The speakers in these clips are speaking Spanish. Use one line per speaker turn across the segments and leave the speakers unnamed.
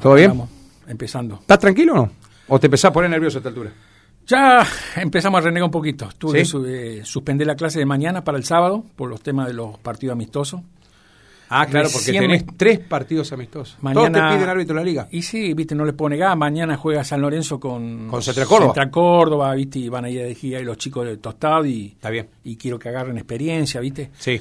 ¿Todo bien?
Vamos, empezando.
¿Estás tranquilo o no? ¿O te empezás a poner nervioso a esta altura?
Ya empezamos a renegar un poquito. Tuve
¿Sí?
que su- eh, suspender la clase de mañana para el sábado por los temas de los partidos amistosos.
Ah, claro, porque
Recién
tenés
me-
tres partidos amistosos. Todos te piden árbitro de la liga.
Y sí, viste, no les puedo negar. Mañana juega San Lorenzo con,
Con Central Córdoba.
Central Córdoba, viste, y van a ir de gira y los chicos de Tostado y,
Está bien.
y quiero que agarren experiencia, viste.
Sí.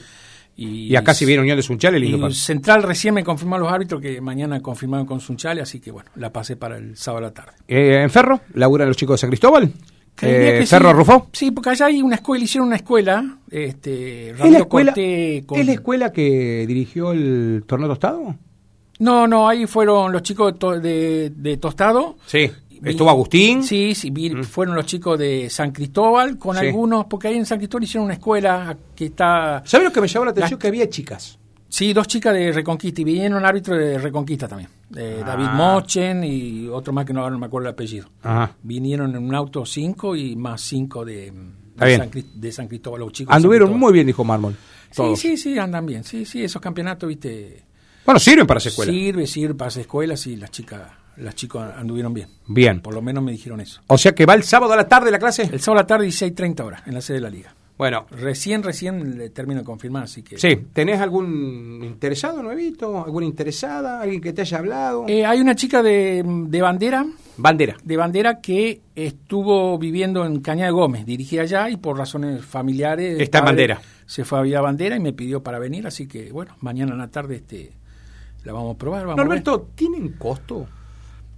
Y,
Y acá si viene Unión de Sunchales, lindo
y
partido.
Central recién me confirmaron los árbitros que mañana confirmaron con Sunchale, así que bueno, la pasé para el sábado a la tarde.
Eh, ¿En Ferro? ¿Laburan los chicos de San Cristóbal?
Creería
Eh,
que
¿Ferro
sí.
Rufó?
Sí, porque allá hay una escuela, hicieron una escuela, este,
¿Es la,
Ramiro
escuela,
Corté con-
¿Es la escuela que dirigió el torneo tostado?
No, no, ahí fueron los chicos de, to- de- de Tostado.
Sí.
Vi-
Estuvo Agustín. Mm.
Sí, sí, vi- fueron los chicos de San Cristóbal con
Sí.
algunos, porque ahí en San Cristóbal hicieron una escuela que está...
¿Sabes lo que me llamó la atención? Que había chicas.
Sí, dos chicas de Reconquista y vinieron árbitros de Reconquista también. eh, David
Ah.
Mochen y otro más que no, ahora no me acuerdo el apellido.
Ajá.
Vinieron en un auto cinco y más cinco de,
Está
de,
bien.
San, Crist- de San Cristóbal, los chicos. de San
Anduvieron
Cristóbal.
muy bien, dijo Mármol.
Sí,
Todos.
sí, sí, andan bien. Sí, sí, esos campeonatos, viste,
Bueno, sirven para esa escuela.
sirve, sirve para las escuelas y las chicas, las chicas anduvieron bien.
Bien.
Por lo menos me dijeron eso.
O sea que va el sábado a la tarde la clase.
El sábado a la tarde, 16.30 horas, en la sede de la liga.
Bueno,
Recién, recién le termino de confirmar, así que...
Sí, Eh, ¿tenés algún interesado nuevito? ¿Alguna interesada? ¿Alguien que te haya hablado?
Eh, hay una chica de, de bandera,
Bandera.
de bandera que estuvo viviendo en Caña de Gómez, dirigía allá y por razones familiares... el
Está en
padre
Bandera.
Se fue a vivir a bandera y me pidió para venir, así que bueno, mañana en la tarde este, la vamos a probar. Vamos a ver.
Norberto, ¿tienen costo?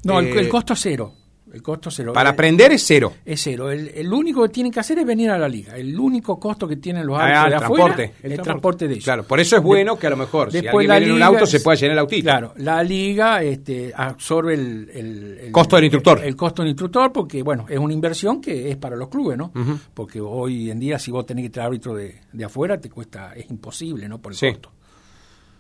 No, el,
Eh,
el costo es cero. El costo es cero.
Para
Eh,
aprender es cero.
Es cero. El, el único que tienen que hacer es venir a la liga. El único costo que tienen los árbitros
Ah,
de
el
afuera
transporte.
es el transporte de ellos.
Claro, por eso es bueno que a lo mejor, si alguien
la
viene en un auto, se pueda llenar el autito.
Claro, la liga este, absorbe el, el- el-
Costo del instructor.
El, costo del instructor, porque, bueno, es una inversión que es para los clubes, ¿no? Porque hoy en día, si vos tenés que traer árbitro de, de afuera, te cuesta, es imposible, ¿no? Por el
Sí.
costo.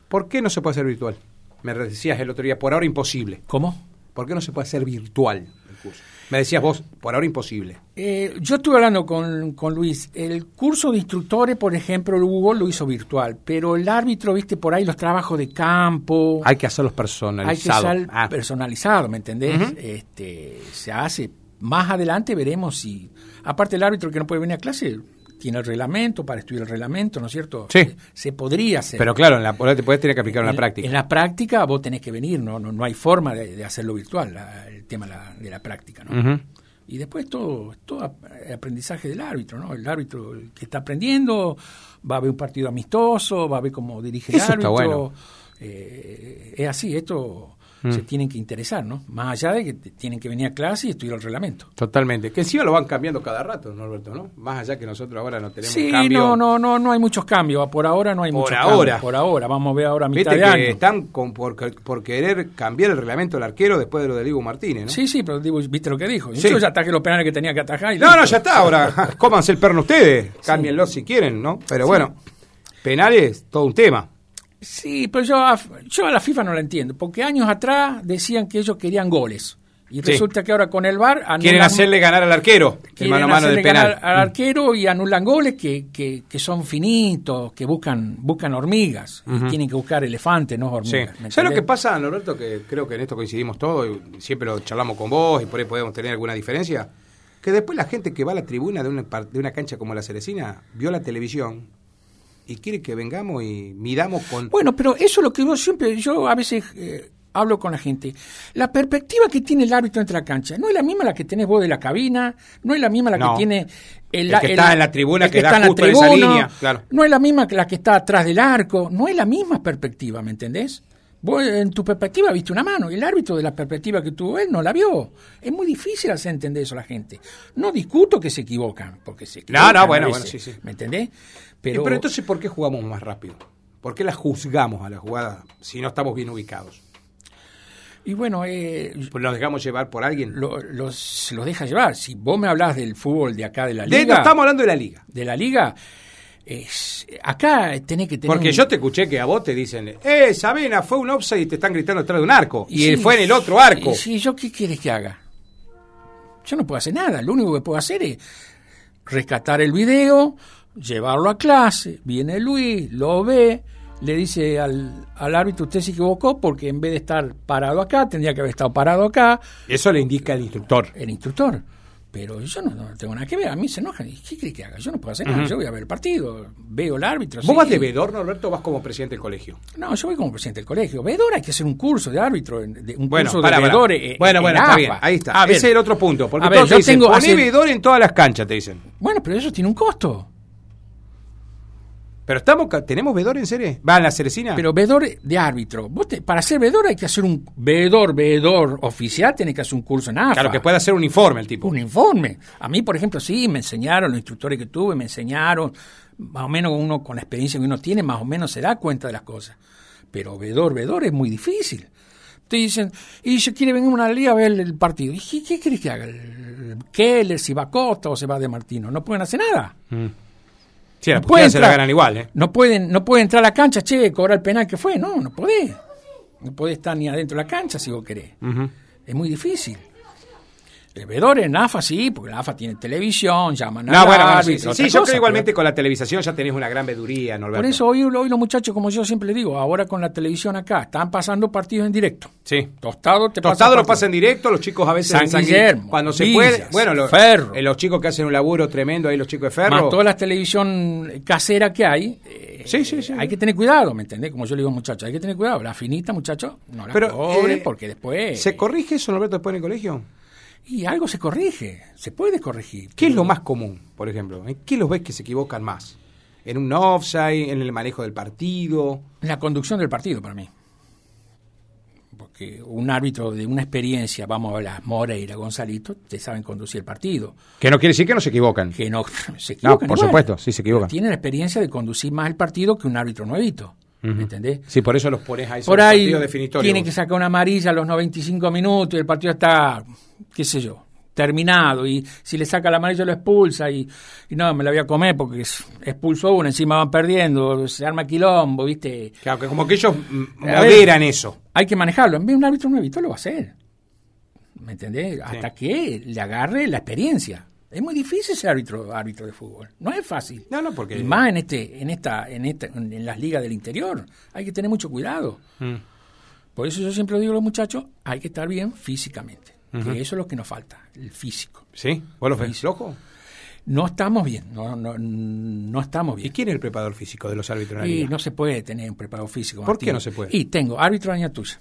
¿Por qué no se puede hacer virtual? Me decías el otro día, por ahora imposible.
¿Cómo?
¿Por qué no se puede hacer virtual el curso? Me decías vos, por ahora imposible.
Eh, yo estuve hablando con, con Luis. El curso de instructores, por ejemplo, Hugo lo hizo virtual, pero el árbitro, viste, por ahí los trabajos de campo.
Hay que hacerlos
hay que
personalizados.
ser
Ah,
personalizado, ¿me entendés? este, se hace. Más adelante veremos si. Aparte, el árbitro que no puede venir a clase tiene el reglamento para estudiar el reglamento, ¿no es cierto?
Sí.
Se, se podría hacer.
pero claro, en la te podés tener que aplicar una
En-
práctica.
En la práctica vos tenés que venir, no, no, no hay forma de, de hacerlo virtual, la- el tema la- de la práctica, ¿no?
Ujú.
Y después todo, todo ap- eh, aprendizaje del árbitro, ¿no? El árbitro el que está aprendiendo va a ver un partido amistoso, va a ver cómo dirige
Eso está
el árbitro.
bueno. Mm.
Eh, es así, esto se tienen que interesar, ¿no? Más allá de que te- tienen que venir a clase y estudiar el reglamento.
Totalmente. Que encima lo van cambiando cada rato, Norberto, ¿no? Más allá que nosotros ahora no tenemos
Sí,
cambio.
no, no, no, no hay muchos cambios. Por ahora no hay
Por
muchos
ahora.
cambios. Por ahora. Vamos a ver ahora a mitad
Viste
de
que
año.
están con- por, por querer cambiar el reglamento del arquero después de lo de Ligo Martínez, ¿no?
Sí, sí, pero digo, viste lo que dijo.
Sí.
Yo ya atajé los penales que tenía que atajar. y
No, no,
listo.
ya está ahora. Cómanse el perno ustedes. Cámbienlo si quieren, ¿no? Pero bueno, penales, todo un tema.
Sí, pero yo a, yo a la FIFA no la entiendo, porque años atrás decían que ellos querían goles. Y resulta que ahora con el VAR anulan-
Quieren hacerle ganar al arquero, el
quieren
mano a mano del
hacerle ganar
penal. Mm.
al arquero y anulan goles que, que, que son finitos, que buscan buscan hormigas, y tienen que buscar elefantes, no
Sí.
hormigas. ¿me
¿Sabes lo que
entendés?
pasa, Norberto? Que creo que en esto coincidimos todos y siempre lo charlamos con vos y por ahí podemos tener alguna diferencia. Que después la gente que va a la tribuna de una, par- de una cancha como la Cerecina vio la televisión y quiere que vengamos y midamos con.
Bueno, pero eso es lo que yo siempre, yo a veces eh, hablo con la gente. La perspectiva que tiene el árbitro entre la cancha no es la misma la que tenés vos de la cabina, no es la misma la
No.
que tiene
El que está en la tribuna, que da justo en esa línea, claro.
No es la misma que la que está atrás del arco, no es la misma perspectiva, ¿me entendés? Vos en tu perspectiva viste una mano, el árbitro de la perspectiva que tuvo él no la vio. Es muy difícil hacer entender eso a la gente. No discuto que se equivocan, porque se
No, no,
equivocan. a
bueno,
veces,
bueno, sí, sí.
¿Me entendés?
Y Pero, entonces, ¿por qué jugamos más rápido? ¿Por qué la juzgamos a la jugada si no estamos bien ubicados? ¿Pues
Y bueno, eh,
¿Nos dejamos llevar por alguien?
lo- los, se los deja llevar. Si vos me hablas del fútbol de acá de la
De, no
liga,
estamos hablando de la liga.
de la liga, es, acá tenés que tener.
Porque
un-
yo te escuché que a vos te dicen, ¡eh, Sabena, fue un offside y te están gritando atrás de un arco! Y,
sí,
él fue en el otro arco.
y Sí, yo qué quieres que haga. Yo no puedo hacer nada. Lo único que puedo hacer es rescatar el video, llevarlo a clase. Viene Luis, lo ve, le dice al, al árbitro, usted se equivocó porque en vez de estar parado acá, tendría que haber estado parado acá,
Eso le indica el instructor.
el instructor. Pero yo no, no tengo nada que ver, a mí se enojan. ¿Y qué crees que haga? Yo no puedo hacer nada, yo voy a ver el partido, veo el árbitro.
¿Vos vas
sí.
de vedor, Norberto, o vas como presidente del colegio?
No, yo voy como presidente del colegio. Vedor hay que hacer un curso de árbitro, en- de- un
Bueno,
curso
pará,
de
pará.
vedor. eh,
bueno,
en
bueno, está
AFA.
bien. Ahí está.
A Ah, ver,
Ese es el otro punto. Porque
a ver,
todos
yo
te dicen,
tengo
"Poné
hace-
vedor en todas las canchas, te dicen.
Bueno, pero eso tiene un costo.
Pero estamos, ca- ¿tenemos vedor en serie? ¿Va en la cerecina?
Pero vedor de árbitro. Vos te- para ser vedor hay que hacer un vedor, vedor oficial, tenés que hacer un curso en AFA.
claro, que puede hacer un informe el tipo.
un informe. A mí, por ejemplo, sí, me enseñaron, los instructores que tuve me enseñaron, más o menos uno con la experiencia que uno tiene, más o menos se da cuenta de las cosas. Pero vedor, vedor es muy difícil. Te dicen, y yo quiere venir una liga a ver el partido. ¿Y qué, qué querés que haga? ¿El Keller, si va Costa o se va de Martino? No pueden hacer nada.
Mm. Sí, la
No puede
pueden se la
entrar.
ganan igual, ¿eh?
No pueden, no pueden entrar a la cancha, che, cobrar el penal que fue. No, no podés. No podés estar ni adentro de la cancha si vos querés.
Ujú.
Es muy difícil. El vedor en AFA sí, porque la AFA tiene televisión, llaman
No,
al
bueno, bueno, sí, sí,
árbitro, otras
sí, yo
cosas,
creo igualmente
pero-
con la televisación ya tenés una gran veduría, Norberto.
Por eso hoy, hoy los muchachos, como yo siempre les digo, ahora con la televisión acá, están pasando partidos en directo.
Sí.
Tostado te
Tostado lo
pasa
pasan en directo, los chicos a veces
San
en Gui-
Guillermo,
cuando se
Villas,
puede, bueno, los,
Ferro.
eh, los chicos que hacen un laburo tremendo ahí los chicos de Ferro.
Más toda la televisión casera que hay. eh,
Sí, sí, sí.
Hay que tener cuidado, ¿me entendés? Como yo le digo, muchachos, hay que tener cuidado. La finita, muchachos, no la
Pero,
cobren
eh,
porque después...
¿Se corrige eso, Norberto, después en el colegio?
y algo se corrige, se puede corregir.
¿Qué es lo más común, por ejemplo? ¿En qué los ves que se equivocan más? ¿En un offside? ¿En el manejo del partido?
La conducción del partido para mí. Porque un árbitro de una experiencia, vamos a hablar, Moreira, Gonzalito, te saben conducir el partido.
Que no quiere decir que no se equivocan.
Que no se
No,
equivocan
por
igual.
supuesto, sí se equivocan.
Tienen la experiencia de conducir más el partido que un árbitro nuevito. ¿Me entendés?
Sí, por eso los pones ahí
Por
sobre
ahí
partidos definitorios.
tiene que sacar una amarilla a los 95 minutos y el partido está, qué sé yo, terminado. Y si le saca la amarilla lo expulsa y, y no, me la voy a comer porque es- expulsó uno, encima van perdiendo, se arma quilombo, ¿viste?
Claro, que como que ellos mm,
A ver.
moderan eso.
hay que manejarlo. En vez de un árbitro nuevito lo va a hacer. ¿Me entendés? Hasta que le agarre la experiencia. Es muy difícil ser árbitro, árbitro de fútbol. No es fácil.
No, no, porque-
Y más en este, en esta, en esta, en las ligas del interior. Hay que tener mucho cuidado.
Mm.
Por eso yo siempre digo a los muchachos, hay que estar bien físicamente. Que eso es lo que nos falta, el físico.
¿Sí? ¿Vos los ves flojos?
No estamos bien, no, no, no estamos bien.
¿Y quién es el preparador físico de los árbitros en la
Y
liga?
no se puede tener un preparado físico.
¿Por qué no se puede?
Y tengo árbitro de Aña Tuya,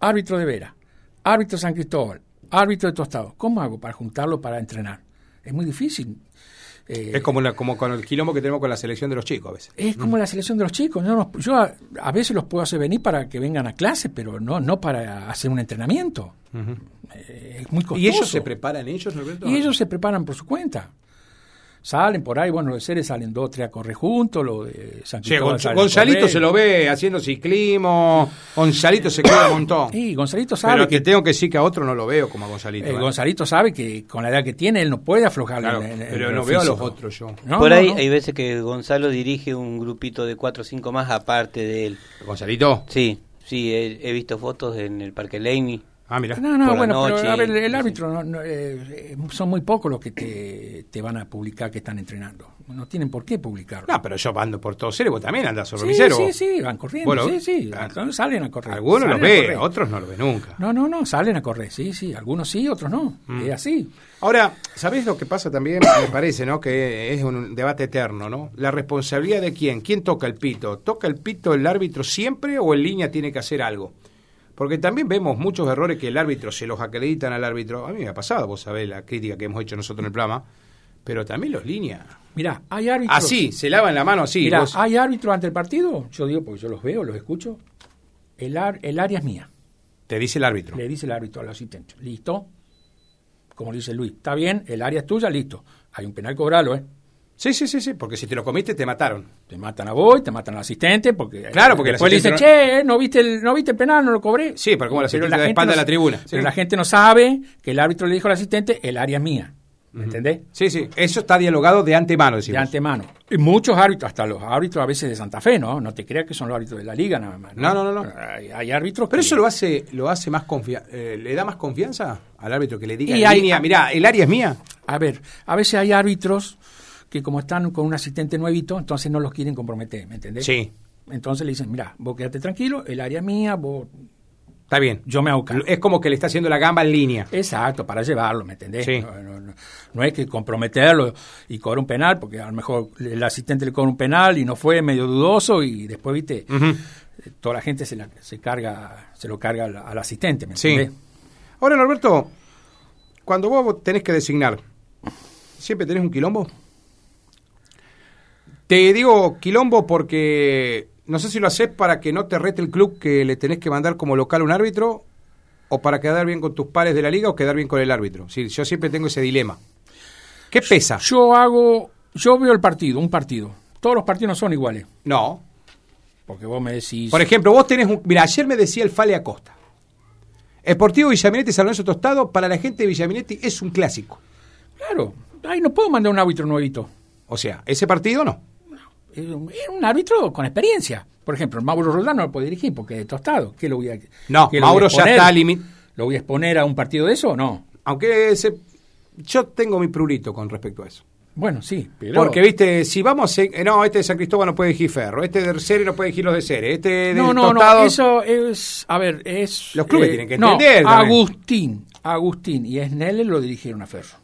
árbitro de Vera, árbitro de San Cristóbal, árbitro de Tostado. ¿Cómo hago para juntarlo para entrenar? Es muy difícil. Eh,
Es como, la- como con el quilombo que tenemos con la selección de los chicos a veces.
es como la selección de los chicos. Yo, no- yo a, a veces los puedo hacer venir para que vengan a clase, pero no, no para hacer un entrenamiento. Eh, es muy costoso.
¿Y ellos se preparan ellos, Norberto?
Y ellos se preparan por su cuenta. Salen por ahí, bueno, los de Ceres salen dos, tres a correr juntos, los de San
Che,
Cristóbal
Gonz-
salen a
Gonzalito
correr.
se lo ve haciendo ciclismo, Gonzalito se cuida un montón.
Y Gonzalito sabe
Pero
que
te tengo que decir que a otro no lo veo como a Gonzalito.
Eh,
¿eh?
Gonzalito sabe que con la edad que tiene él no puede aflojar
Claro,
en- en- en
pero
lo
no veo a los
físico.
otros yo.
No,
Por
no,
ahí
no.
hay veces que Gonzalo dirige un grupito de cuatro o cinco más aparte de él.
¿Gonzalito?
Sí, sí, he, he visto fotos en el Parque Laney.
Ah, mira.
No, no,
por la
bueno,
noche,
pero a ver, el
sí.
árbitro, no- no, eh, eh, son muy pocos los que te, te van a publicar que están entrenando. No tienen por qué publicarlo.
No, pero yo ando por todos seres, vos también andas sobre
sí,
misero.
sí,
vos.
sí, van corriendo,
Bueno,
sí, sí,
ah,
entonces salen a correr.
Algunos
salen
lo
a
ve,
correr.
otros no lo ve nunca.
No, no, no, salen a correr, sí, sí, algunos sí, otros no,
Mm.
es así.
Ahora, ¿sabés lo que pasa también? Me parece, ¿no? Que es un debate eterno, ¿no? La responsabilidad de quién. ¿Quién toca el pito? ¿Toca el pito el árbitro siempre o en línea tiene que hacer algo? Porque también vemos muchos errores que el árbitro se los acreditan al árbitro. A mí me ha pasado, vos sabés la crítica que hemos hecho nosotros en el programa. Pero también los líneas.
Mirá, hay árbitros...
Así, se lavan la mano así.
Mirá,
Ah,
ah.
vos-
¿hay árbitros ante el partido? Yo digo, porque yo los veo, los escucho. El, ar- el área es mía.
Te dice el árbitro.
Le dice el árbitro al asistente, listo. Como le dice Luis, está bien, el área es tuya, listo. Hay un penal cobralo, ¿eh?
Sí, sí, sí, sí, porque si te lo comiste te mataron.
Te matan a vos, y te matan al asistente, porque. eh,
Claro, porque el
después le dice,
asistente
che, ¿eh? ¿no viste, el, no viste el penal, no lo cobré.
Sí, pero como el asistente da
gente
espalda
no-
a la tribuna.
Pero
Sí.
la gente no sabe que el árbitro le dijo al asistente, el área es mía. ¿Me entendés?
Sí, sí, eso está dialogado de antemano,
De
decimos.
antemano. Y muchos árbitros, hasta los árbitros a veces de Santa Fe, ¿no? No te creas que son los árbitros de la liga nada más.
No, no, no, no.
Hay, hay árbitros
Pero
que-
eso lo hace, lo hace más confianza, le da más confianza al árbitro que le diga,
Y
en
hay-
línea, mirá, el área es mía.
A ver, a veces hay árbitros que como están con un asistente nuevito, entonces no los quieren comprometer, ¿me entendés?
Sí.
Entonces le dicen, mira, vos quédate tranquilo, el área es mía, vos,
Está bien.
yo me hago cargo.
Es como que le está haciendo la gamba en línea.
Exacto, para llevarlo, ¿me entendés?
Sí.
No, no, no- no es que comprometerlo y cobra un penal, porque a lo mejor el asistente le cobra un penal y no fue medio dudoso y después, viste,
Ujú.
toda la gente se, la- se carga, se lo carga al, al asistente, ¿me
Sí.
entendés?
Ahora, Norberto, cuando vos tenés que designar, ¿siempre tenés un quilombo? Te digo quilombo porque no sé si lo haces para que no te rete el club que le tenés que mandar como local a un árbitro o para quedar bien con tus pares de la liga o quedar bien con el árbitro. Sí, yo siempre tengo ese dilema. ¿Qué pesa?
Yo hago, yo veo el partido, un partido. Todos los partidos no son iguales,
No.
porque vos me decís...
Por ejemplo, vos tenés un... Mira, ayer me decía el Fale Acosta. Esportivo Villaminetti San Lorenzo Tostado, para la gente de Villaminetti es un clásico.
Claro, ahí no puedo mandar un árbitro nuevito.
O sea, ese partido no.
Es un es un árbitro con experiencia. Por ejemplo, Mauro Roldán no lo puede dirigir porque es tostado. ¿Qué lo voy a,
No,
qué lo
Mauro
voy
ya
a exponer?
está al límite.
¿Lo voy a exponer a un partido de eso o no?
Aunque se- yo tengo mi prurito con respecto a eso.
Bueno, sí, pero...
Porque, viste, si vamos... en- eh, no, este de San Cristóbal no puede dirigir Ferro, este de Cere no puede dirigir los de Cere, este de
No, no,
Tostado-
no, eso es... A ver, es... eh,
Los clubes tienen que
no,
entender también.
Agustín, Agustín y Snell lo dirigieron a Ferro.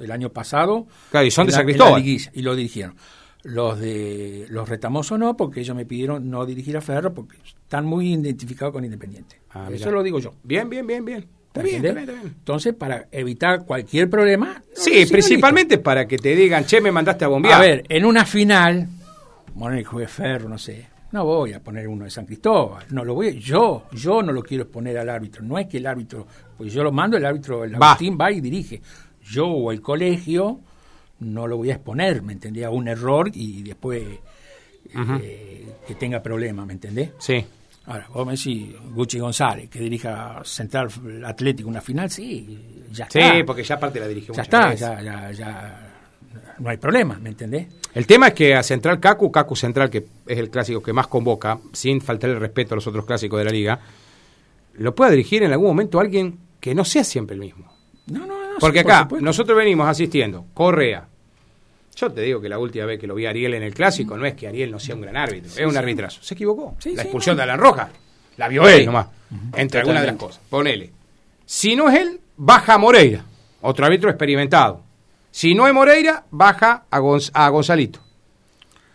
El año pasado...
Claro, y son de
en la-
San
en la
Cristóbal.
liguilla, y lo dirigieron. Los de los retamosos no, porque ellos me pidieron no dirigir a Ferro porque están muy identificados con Independiente.
Ah,
eso
mirá.
lo digo yo.
Bien, bien, bien, bien. Está bien,
¿Entendés?
está bien, está bien.
Entonces, para evitar cualquier problema. no,
Sí,
decirlo,
principalmente para que te digan, che, me mandaste a
listo. A
bombear.
ver, en una final, poner el juez Ferro, no sé. No voy a poner uno de San Cristóbal. No lo voy a- yo, yo no lo quiero exponer al árbitro. No es que el árbitro, pues yo lo mando, el árbitro, el
Va.
Agustín va y dirige. Yo o el colegio no lo voy a exponer, ¿me entendés? A un error y después eh, que tenga problema, ¿me entendés?
Sí.
Ahora, vos me decís Gucci González, que dirija Central Atlético una final, sí, ya
Sí,
está.
porque ya aparte la dirigió
Ah. ya
muchas
está,
veces.
ya, ya, ya. No hay problema, ¿me entendés?
El tema es que a Central Cacu, Cacu Central, que es el clásico que más convoca, sin faltar el respeto a los otros clásicos de la liga, lo pueda dirigir en algún momento alguien que no sea siempre el mismo.
No, no, no.
Porque
sí, por
acá
supuesto.
nosotros venimos asistiendo. Correa. Yo te digo que la última vez que lo vi a Ariel en el clásico no es que Ariel no sea un gran árbitro, es un arbitrazo. Se equivocó.
Mm. Sí,
la
sí,
expulsión
no.
de Alan Rojas la vio él nomás, entre algunas de las
Totalmente.
cosas. Ponele. Si no es él, baja a Moreira, otro árbitro experimentado. Si no es Moreira, baja a, Gonz- a Gonzalito.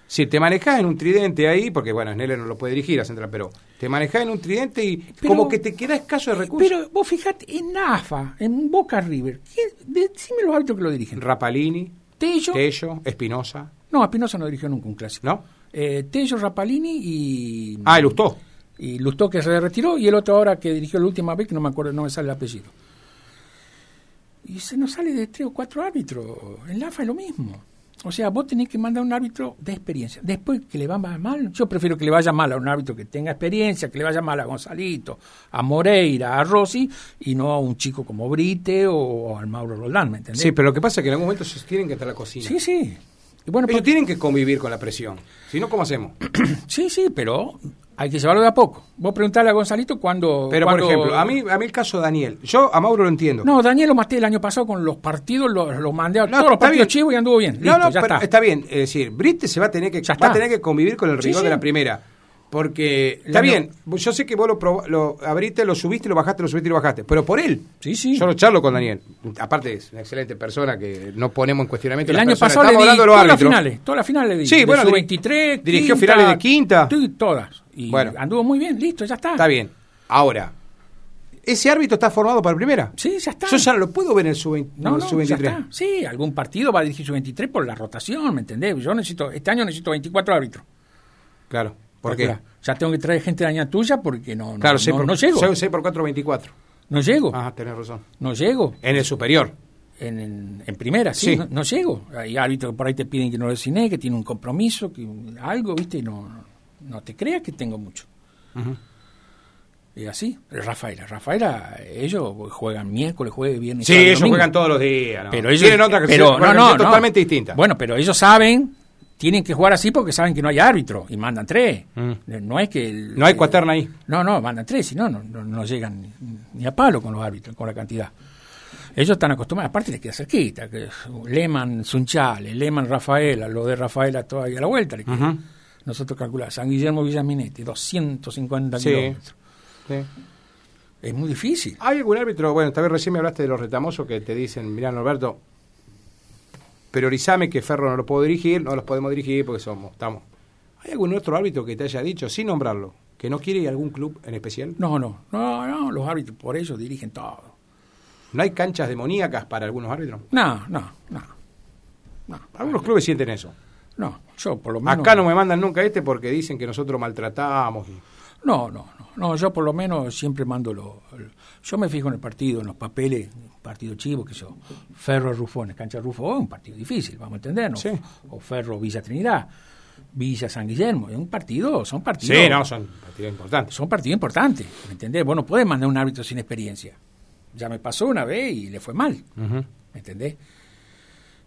Si te manejás en un tridente ahí, porque bueno, Sneller no lo puede dirigir a Central, pero te manejás en un tridente y
Pero-
como que te queda escaso de recursos.
Pero vos fijate, en AFA, en Boca River, ¿quién- decime los árbitros que lo dirigen.
Rapalini,
Tello.
Tello, Espinosa,
No, Espinosa no dirigió nunca un clásico.
¿no?
Eh, Tello, Rapalini y.
Ah, Lustó.
y Lustó que se retiró y el otro ahora que dirigió la última vez que no me acuerdo no me sale el apellido y se nos sale de tres o cuatro árbitros en la AFA es lo mismo o sea vos tenés que mandar un árbitro de experiencia después que le va mal yo prefiero que le vaya mal a un árbitro que tenga experiencia que le vaya mal a Gonzalito a Moreira a Rossi y no a un chico como Brite o, al Mauro Roldán ¿me entendés?
Sí, pero lo que pasa es que en algún momento ellos tienen que entrar a la cocina.
sí, sí. Y bueno,
Ellos
porque-
tienen que convivir con la presión. Si no, ¿cómo hacemos?
sí, sí, pero hay que llevarlo de a poco. Vos preguntarle a Gonzalito cuando...
Pero, por
cuando-
ejemplo, a mí, a mí el caso de Daniel. Yo a Mauro lo entiendo.
No, Daniel lo maté el año pasado con los partidos, lo- los mandé a
No,
todos los
está
partidos
bien.
chivos y anduvo bien.
No,
Listo,
no,
ya
pero
está.
está. bien. Es decir, Brite se va a tener que,
Ya
va a
está.
tener que convivir con el
Sí,
rigor
sí.
de la primera. Porque,
El
está
año-
bien, yo sé que vos lo, proba- lo abriste, lo subiste, lo bajaste, lo subiste y lo bajaste, pero por él.
Sí, sí.
Yo lo charlo con Daniel. Aparte es una excelente persona que no ponemos en cuestionamiento.
el
la
año
persona.
pasado le
Estamos
di
hablando de los
todas las
árbitros.
finales, todas las finales le di.
Sí,
De
bueno,
su
dir-
23,
dirigió finales de quinta.
Sí, todas. Y
Bueno.
anduvo muy bien, listo, ya está.
Está bien. Ahora, ese árbitro está formado para primera.
Sí, ya está.
Yo ya no lo puedo ver en el sub-23.
No, no, ya está. Sí, algún partido va a dirigir su 23 por la rotación, ¿me entendés? Yo necesito, este año necesito 24 árbitros.
Claro. ¿Por qué?
Calculá. Ya tengo que traer gente de aña tuya porque no, no,
Claro,
no,
seis por,
no llego. Oh.
6 por 4, 24.
No llego,
Ajá, tenés razón.
no llego.
En el superior.
en, en- en primera, sí,
Sí.
No, no llego. Hay árbitros que por ahí te piden que no lo designé, que tiene un compromiso, que un- algo, ¿viste? Y no, no, no te creas que tengo mucho. Y así, Rafaela. Rafaela, ellos juegan miércoles, jueves, viernes.
Sí,
sábado y
ellos
domingo.
juegan todos los días. ¿no?
Pero ellos,
Tienen otra que
pero
se-
no,
una
no,
camiseta
no.
totalmente distinta.
Bueno, pero ellos saben, tienen que jugar así porque saben que no hay árbitro y mandan tres.
Mm.
No es que. el-
no hay cuaterna ahí.
no, no, mandan tres, si no, no, no- no llegan ni, ni a palo con los árbitros, con la cantidad. Ellos están acostumbrados, aparte les queda cerquita, que es Lehman Sunchales, Lehman Rafaela, lo de Rafaela todavía a la vuelta. le queda. nosotros calculamos, San Guillermo Villaminetti, 250
Sí.
kilómetros.
Sí.
Es muy difícil.
¿Hay algún árbitro? Bueno, tal vez recién me hablaste de los retamosos que te dicen, mirá, Norberto, priorizame que Ferro no lo puedo dirigir, no los podemos dirigir porque somos, estamos. ¿Hay algún otro árbitro que te haya dicho, sin nombrarlo, que no quiere ir a algún club en especial?
No, no, no, no, los árbitros por ellos dirigen todo.
¿No hay canchas demoníacas para algunos árbitros?
No, no, no,
Algunos clubes sienten eso.
no, yo por lo menos...
Acá no me mandan nunca este porque dicen que nosotros maltratamos. y-
No, no, no, no, yo por lo menos siempre mando lo, lo- Yo me fijo en el partido, en los papeles, partido chivo, que yo, Ferro Rufones, cancha Rufo, es un partido difícil, vamos a entendernos.
Sí.
O Ferro Villa Trinidad, Villa San Guillermo, es un partido, son partidos.
Sí, no, son partidos importantes.
son partidos importantes, ¿me entendés? Vos no podés mandar un árbitro sin experiencia. Ya me pasó una vez y le fue mal.
Ujú.
¿Me entendés?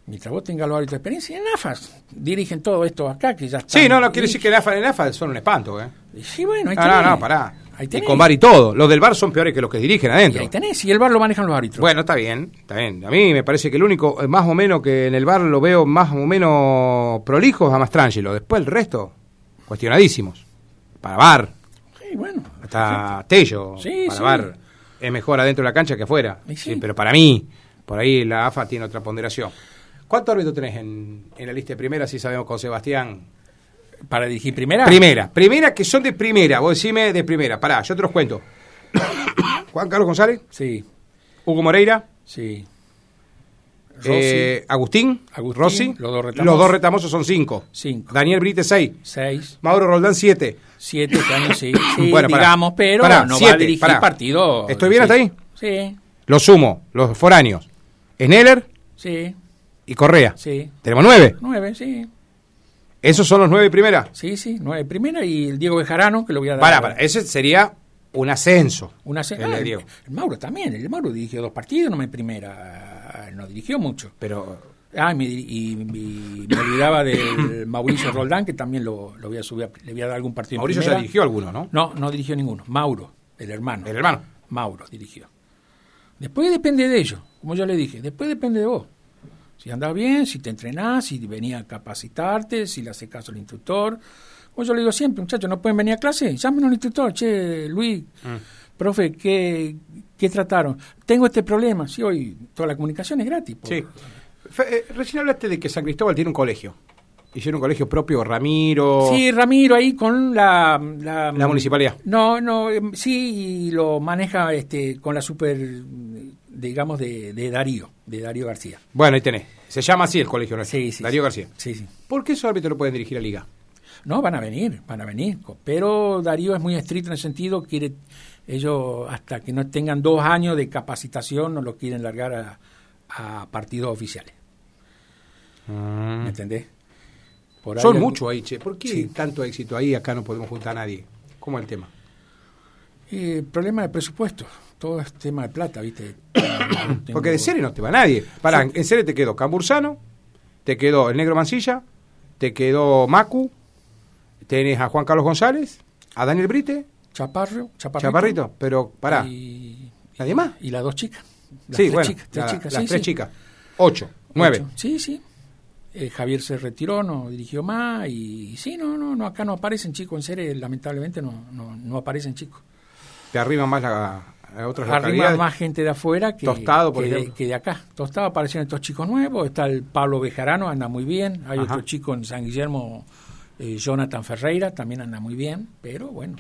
Mientras vos tengas los hábitos de experiencia, en AFAS dirigen todo esto acá, que ya está.
Sí, no, no quiere decir que el AFA, el AFA son un espanto. ¿eh?
Sí, bueno, ahí
No,
tenés.
no, no, pará.
Ahí
Y
tenés.
con bar y todo. Los del bar son peores que los que dirigen
Y
adentro.
ahí tenés, y el bar lo manejan los árbitros.
Bueno, está bien, está bien. A mí me parece que el único, eh, más o menos que en el bar lo veo más o menos prolijo es a Mastrangelo. Después el resto, cuestionadísimos. Para bar,
Sí, bueno.
hasta Tello,
Sí,
para
sí.
bar. Es mejor adentro de la cancha que afuera.
Y sí.
Sí, pero para mí, por ahí la AFA tiene otra ponderación. ¿Cuántos árbitros tenés en, en la lista de primera, si sabemos con Sebastián?
Para dirigir primera.
Primera, primera que son de primera. Vos decime de primera. Pará, yo te los cuento. Juan Carlos González,
Sí,
Hugo Moreira,
sí. Rossi,
Eh, Agustín,
Agustín,
Rossi,
los dos retamosos.
los dos retamosos son cinco.
Cinco.
Daniel Brite, seis.
seis,
Mauro Roldán, siete.
siete años, sí. sí,
Bueno, pará.
digamos, pero
Pará,
no va
siete,
a dirigir
pará.
partido.
¿Estoy bien hasta ahí?
Sí,
Los sumo, los foráneos. Sneller
sí,
y Correa.
sí.
Tenemos nueve.
Nueve, sí.
Esos son los nueve de primera.
Sí, sí, nueve primera y el Diego Bejarano, que lo voy a dar.
Pará, pará. Ese sería un ascenso.
Una se-
El de
Ah, el-
Diego.
el Mauro también, el Mauro dirigió dos partidos, no me primera, no dirigió mucho.
Pero
Ah, y me, dir- y- y me olvidaba del Mauricio Roldán, que también lo, lo voy a subir, a- le voy a dar algún partido. en
Mauricio ya
primera.
dirigió alguno, ¿no?
No, no dirigió ninguno. Mauro, el hermano.
El hermano.
Mauro dirigió. Después depende de ellos, como yo le dije, después depende de vos. Si andás bien, si te entrenás, si venís a capacitarte, si le haces caso al instructor. Como yo le digo siempre, muchachos, no pueden venir a clase, llamen al instructor, che, Luis,
Mm.
profe, ¿qué, ¿qué trataron? Tengo este problema, sí, hoy toda la comunicación es gratis. por-
Sí. Fe- eh, recién hablaste de que San Cristóbal tiene un colegio. Hicieron un colegio propio, Ramiro.
Sí, Ramiro ahí con la... La,
La municipalidad.
No, no, em, sí, y lo maneja este con la super, digamos, de, de Darío, de Darío García.
Bueno, ahí tenés. Se llama así el colegio, ¿no?
Sí, sí.
Darío
sí.
García.
Sí, sí.
¿Por qué esos árbitros no pueden dirigir a Liga?
No, van a venir, van a venir. co- Pero Darío es muy estricto en el sentido, quiere ellos hasta que no tengan dos años de capacitación no lo quieren largar a, a partidos oficiales. ¿Me entendés? Por ahí
Mm. Son
algún-
muchos eh. ahí, che. ¿Por qué
Sí.
tanto éxito ahí? Acá no podemos juntar a nadie. ¿Cómo es el tema?
Eh, problema de presupuesto. Todo es tema de plata, ¿viste?
Porque de serie no te va nadie. Pará, en serie te quedó Cambursano, te quedó el Negro Mancilla, te quedó Macu, tenés a Juan Carlos González, a Daniel Brite,
Chaparro, Chaparrito.
Chaparrito, pero pará,
Y,
¿nadie más?
y las dos chicas.
sí,
Las tres
bueno,
chicas, tres
la-
chicas,
las
sí,
tres
sí.
chicas. Ocho, nueve.
Ocho. Sí, sí. Eh, Javier se retiró, no dirigió más y, y sí, no, no, no, acá no aparecen chicos, en serie lamentablemente no, no, no aparecen chicos.
Te arriman más la, a otras
Arriba
localidades.
más gente de afuera que,
Tostado, por
que, de,
ejemplo.
que de acá. Tostado aparecieron estos chicos nuevos, está el Pablo Bejarano, anda muy bien, hay
Ajá.
otro chico en San Guillermo, eh, Jonathan Ferreira, también anda muy bien, pero bueno,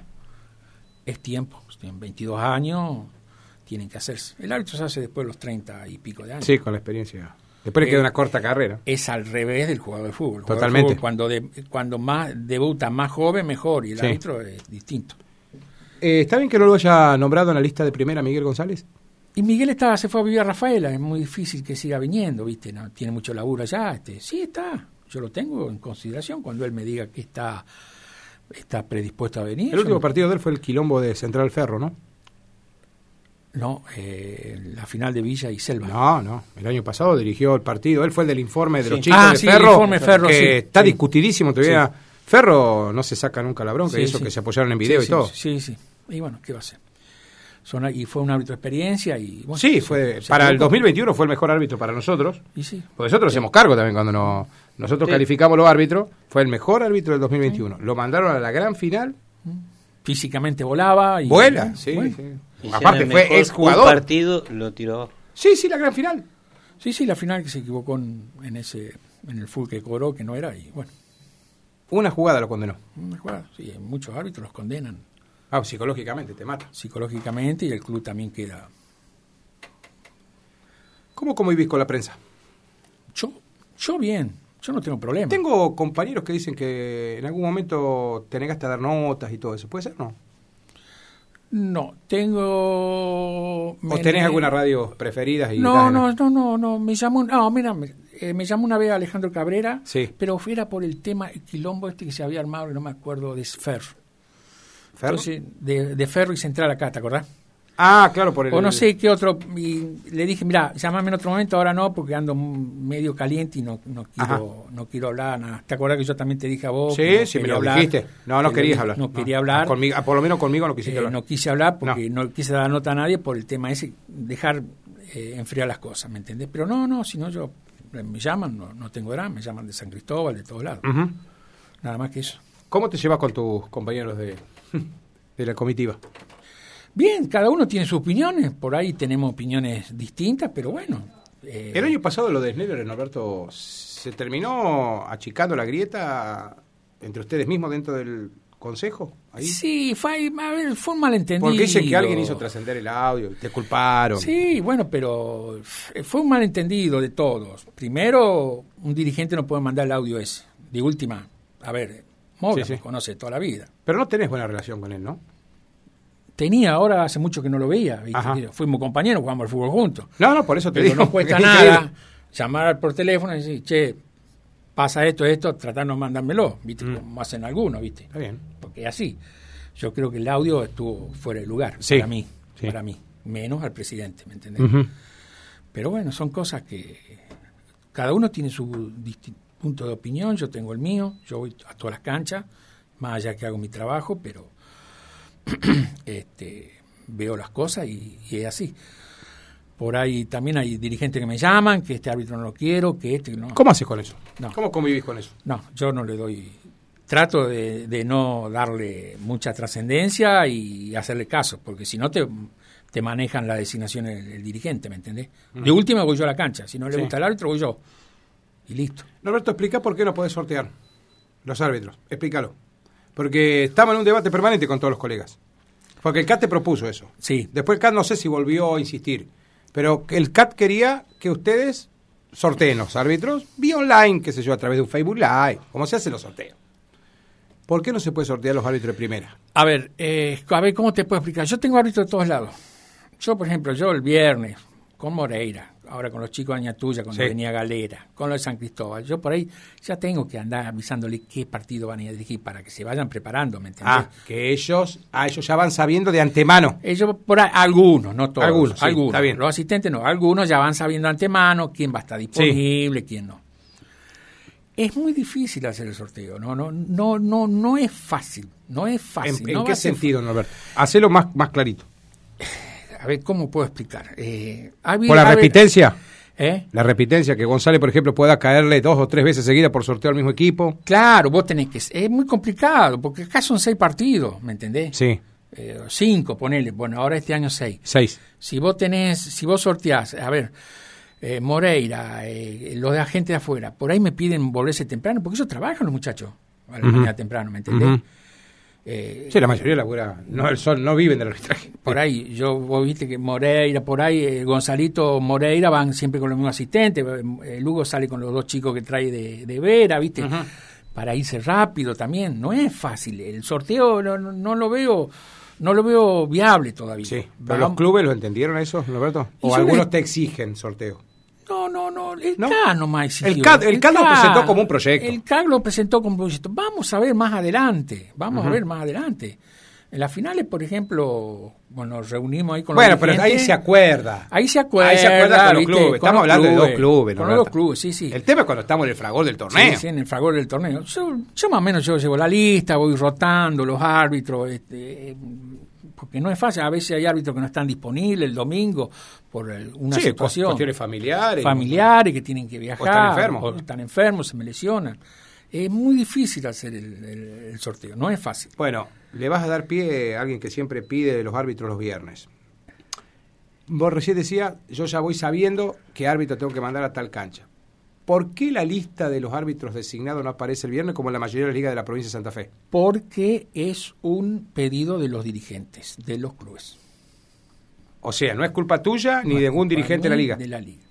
es tiempo, tienen 22 años, tienen que hacerse. El árbitro se hace después de los 30 y pico de años.
Sí, con la experiencia. Después le
Eh,
queda una corta carrera.
es al revés del jugador de fútbol. El jugador de
Totalmente.
fútbol, cuando, de- cuando más debuta más joven, mejor. Y el
Sí.
árbitro es distinto.
Eh, ¿Está bien que no lo haya nombrado en la lista de primera Miguel González?
Y Miguel estaba, se fue a vivir a Rafaela. Es muy difícil que siga viniendo, ¿viste? No, tiene mucho laburo allá. Este. Sí, está. Yo lo tengo en consideración cuando él me diga que está, está predispuesto a venir.
El último
Yo-
partido de él fue el quilombo de Central Ferro, ¿no?
No, eh, la final de Villa y Selva.
No, no. El año pasado dirigió el partido. Él fue el del informe de los chicos
Ah,
de
sí, el
Ferro.
informe Ferro,
que
sí,
está
sí.
discutidísimo todavía. Ferro no se saca nunca la bronca
Sí,
y eso
sí.
que se apoyaron en video
Sí,
y
sí,
todo. Sí,
Sí, sí. Y bueno, ¿qué va a hacer? Son, y fue un árbitro de experiencia. Y, bueno, se-
fue.
se
para el
equivocó.
2021 fue el mejor árbitro para nosotros.
Y sí.
Porque nosotros hacemos cargo también cuando no. Nosotros
Sí.
calificamos los árbitros, fue el mejor árbitro del 2021. Lo mandaron a la gran final,
Físicamente volaba. Y,
vuela. Sí,
Bueno.
sí.
Hicieron
Aparte
el
fue
mejor
exjugador.
Un partido lo tiró.
Sí, sí, la gran final.
Sí, sí, la final que se equivocó en, en ese en el full que cobró, que no era, y bueno,
Una jugada lo condenó.
una jugada. Sí, muchos árbitros los condenan
Ah, psicológicamente te mata.
psicológicamente y el club también queda.
¿Cómo convivís con la prensa?
Yo, yo bien, yo no tengo problema.
Tengo compañeros que dicen que en algún momento te negaste a dar notas y todo eso. ¿Puede ser o no?
No, tengo.
¿O tenés alguna radio preferida? Y
No,
das-
no, no, no, no, me llamó, no, mira, me, eh, me llamó una vez Alejandro Cabrera,
Sí.
pero era por el tema, el quilombo este que se había armado, que no me acuerdo, de Ferro.
¿Ferro?
Entonces, de, de Ferro y Central acá, ¿te acordás?
Ah, claro, por el...
O no sé qué otro, y le dije, mira, llamame en otro momento, ahora no, porque ando medio caliente y no, no quiero no quiero hablar nada. ¿Te acordás que yo también te dije a vos? que
Sí, sí,
no
me
quería
lo
hablar?
dijiste. No, no
Que
querías hablar.
No, quería hablar.
Conmigo- ah, por lo menos conmigo no quisiste
Eh,
hablar.
no quise hablar porque no. quise dar nota a nadie por el tema ese, dejar eh, enfriar las cosas, ¿me entendés? Pero no, no, si no yo, eh, me llaman, no, no tengo drama, me llaman de San Cristóbal, de todos lados,
Ujú.
nada más que eso.
¿Cómo te llevas con tus compañeros de, de la comitiva?
Bien, cada uno tiene sus opiniones, por ahí tenemos opiniones distintas, pero bueno. eh,
El año pasado lo de Schneller, Norberto, ¿se terminó achicando la grieta entre ustedes mismos dentro del consejo? Ahí?
Sí, fue, ahí, a ver, fue un malentendido.
Porque dicen que alguien hizo trascender el audio, te culparon.
Sí, bueno, pero f- fue un malentendido de todos. Primero, un dirigente no puede mandar el audio ese. De última, a ver, Moura
Sí, sí.
me conoce toda la vida.
Pero no tenés buena relación con él, ¿no?
Tenía ahora hace mucho que no lo veía. ¿viste?
Ajá.
Fuimos compañeros, jugamos al fútbol juntos.
No, no, por eso te
Pero
digo.
no cuesta
Es
nada
increíble.
llamar por teléfono y decir, che, pasa esto, esto, tratar de no mandármelo, ¿viste?
Mm.
Como hacen algunos, ¿viste?
Está bien.
Porque es así. Yo creo que el audio estuvo fuera de lugar
Sí,
para mí,
sí.
para mí, menos al presidente, ¿me entendés?
Ujú.
Pero bueno, son cosas que cada uno tiene su disti- punto de opinión, yo tengo el mío, yo voy a todas las canchas, más allá que hago mi trabajo, pero este, veo las cosas y, y es así. Por ahí también hay dirigentes que me llaman, que este árbitro no lo quiero, que este no.
¿Cómo haces con eso?
No.
¿Cómo convivís con eso?
No, yo no le doy. Trato de, de no darle mucha trascendencia y hacerle caso, porque si no te, te manejan la designación el, el dirigente, ¿me entendés? De última voy yo a la cancha, si no le
Sí.
gusta el árbitro voy yo. Y listo.
Norberto, explica por qué no podés sortear los árbitros. Explícalo. Porque estamos en un debate permanente con todos los colegas. Porque el CAT te propuso eso.
Sí.
Después el CAT no sé si volvió a insistir. Pero el CAT quería que ustedes sorteen los árbitros vía online, qué sé yo, a través de un Facebook Live, como se hacen los sorteos. ¿Por qué no se puede sortear los árbitros de primera?
A ver, eh, a ver, ¿cómo te puedo explicar? Yo tengo árbitros de todos lados. Yo, por ejemplo, yo el viernes con Moreira, ahora con los chicos de Añatuya, cuando
Sí.
venía Galera, con los de San Cristóbal, yo por ahí ya tengo que andar avisándole qué partido van a ir a dirigir para que se vayan preparando, ¿me entendés?
Ah, que ellos, a ellos ya van sabiendo de antemano.
Ellos, por ahí, algunos, no todos.
Algunos,
Algunos,
sí, está bien.
Los asistentes no, algunos ya van sabiendo antemano quién va a estar disponible, quién no. Es muy difícil hacer el sorteo, no, no, no, no, no es fácil, no es
¿En,
fácil.
en
no va
qué
a ser
sentido, Norberto? Hacelo más, más clarito.
fa- A ver, ¿cómo puedo explicar? Eh, ha habido-
¿Por la
a ver,
repitencia?
¿eh?
La repitencia, que González, por ejemplo, pueda caerle dos o tres veces seguidas por sorteo al mismo equipo.
Claro, vos tenés que, es muy complicado, porque acá son seis partidos, ¿me entendés?
Sí,
Eh, cinco, ponele, bueno, ahora este año seis.
seis.
Si vos tenés, si vos sorteás, a ver, eh, Moreira, eh, los de la gente de afuera, por ahí me piden volverse temprano, porque ellos trabajan los muchachos a la
Ujú.
mañana temprano, ¿me entendés?
Ujú.
Eh,
Este, Sí, la mayoría labura. No, el sol no viven del arbitraje.
por ahí, yo, vos viste que Moreira, por ahí, eh, Gonzalito Moreira van siempre con los mismos asistentes, eh, Lugo sale con los dos chicos que trae de, de Vera, ¿viste? Para irse rápido también, no es fácil, el sorteo no, no- no lo veo, no lo veo viable todavía.
Sí, pero
Vamos-
los clubes lo entendieron eso, Roberto.
Y
O
yo
algunos
le-
te exigen sorteo.
No, no, no, el
¿No?
CAD nomás exigió.
El CAD el CAD lo
CAD,
presentó como un proyecto.
El CAD lo presentó como un proyecto. Vamos a ver más adelante, vamos a ver más adelante. En las finales, por ejemplo, bueno, nos reunimos ahí con
Bueno,
los
pero ahí
dirigentes.
se acuerda.
Ahí se acuerda,
Ahí se acuerda con los
¿viste?
clubes.
Con
estamos
los
hablando de
clubes,
dos clubes,
con los
Norberto.
dos clubes, sí, sí.
El tema es cuando estamos en el fragor del
Sí,
torneo.
sí, en el fragor del torneo. Yo, yo más o menos yo llevo la lista, voy rotando los árbitros, este, eh, porque no es fácil. A veces hay árbitros que no están disponibles el domingo por el- una
Sí, cu-
situación
cuestiones familiares.
familiares que tienen que viajar
están enfermos.
o están enfermos, se me lesionan. Es muy difícil hacer el, el- el sorteo, no es fácil.
Bueno, le vas a dar pie a alguien que siempre pide de los árbitros los viernes. Vos recién decía, yo ya voy sabiendo qué árbitro tengo que mandar a tal cancha. ¿Por qué la lista de los árbitros designados no aparece el viernes como en la mayoría de las ligas de la provincia de Santa Fe?
Porque es un pedido de los dirigentes, de los clubes.
O sea, no es culpa tuya ni de ningún
Para
dirigente de la
mí,
liga.
De la liga.